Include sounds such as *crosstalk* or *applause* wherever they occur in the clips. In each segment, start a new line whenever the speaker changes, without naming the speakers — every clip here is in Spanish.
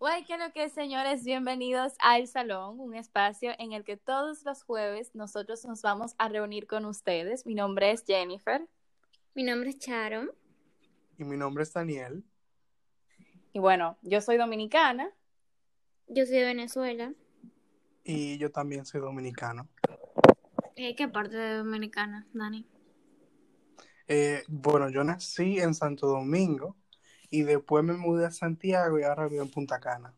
Ay, qué lo que señores, bienvenidos a El Salón, un espacio en el que todos los jueves nosotros nos vamos a reunir con ustedes. Mi nombre es Jennifer.
Mi nombre es Charo.
Y mi nombre es Daniel.
Y bueno, yo soy dominicana.
Yo soy de Venezuela.
Y yo también soy dominicano.
¿Eh, ¿Qué parte de Dominicana, Dani?
Eh, bueno, yo nací en Santo Domingo y después me mudé a Santiago y ahora vivo en Punta Cana.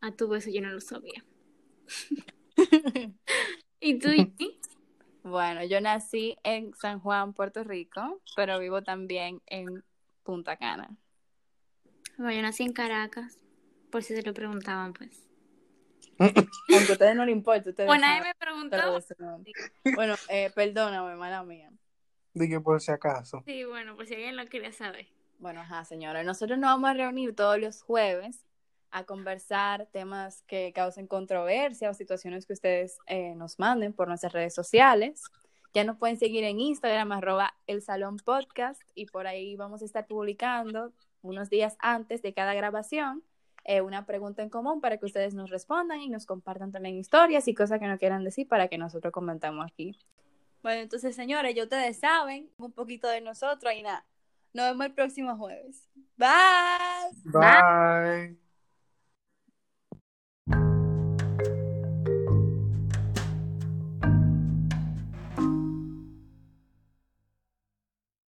Ah, tú, eso yo no lo *laughs* sabía. ¿Y tú? Jenny?
Bueno, yo nací en San Juan, Puerto Rico, pero vivo también en Punta Cana.
Bueno, yo nací en Caracas, por si se lo preguntaban, pues.
Aunque a ustedes no les importa, ustedes
Bueno, nadie
saben,
me
pero
preguntó.
eso no. Bueno, eh, perdóname, mala mía.
Dije por si acaso.
Sí, bueno, por si alguien lo quería saber.
Bueno, ajá, señora. Nosotros nos vamos a reunir todos los jueves a conversar temas que causen controversia o situaciones que ustedes eh, nos manden por nuestras redes sociales. Ya nos pueden seguir en Instagram, arroba el salón podcast, y por ahí vamos a estar publicando unos días antes de cada grabación eh, una pregunta en común para que ustedes nos respondan y nos compartan también historias y cosas que no quieran decir para que nosotros comentamos aquí. Bueno, entonces, señores, ya ustedes saben un poquito de nosotros y nada. Nos vemos el próximo jueves. Bye.
Bye.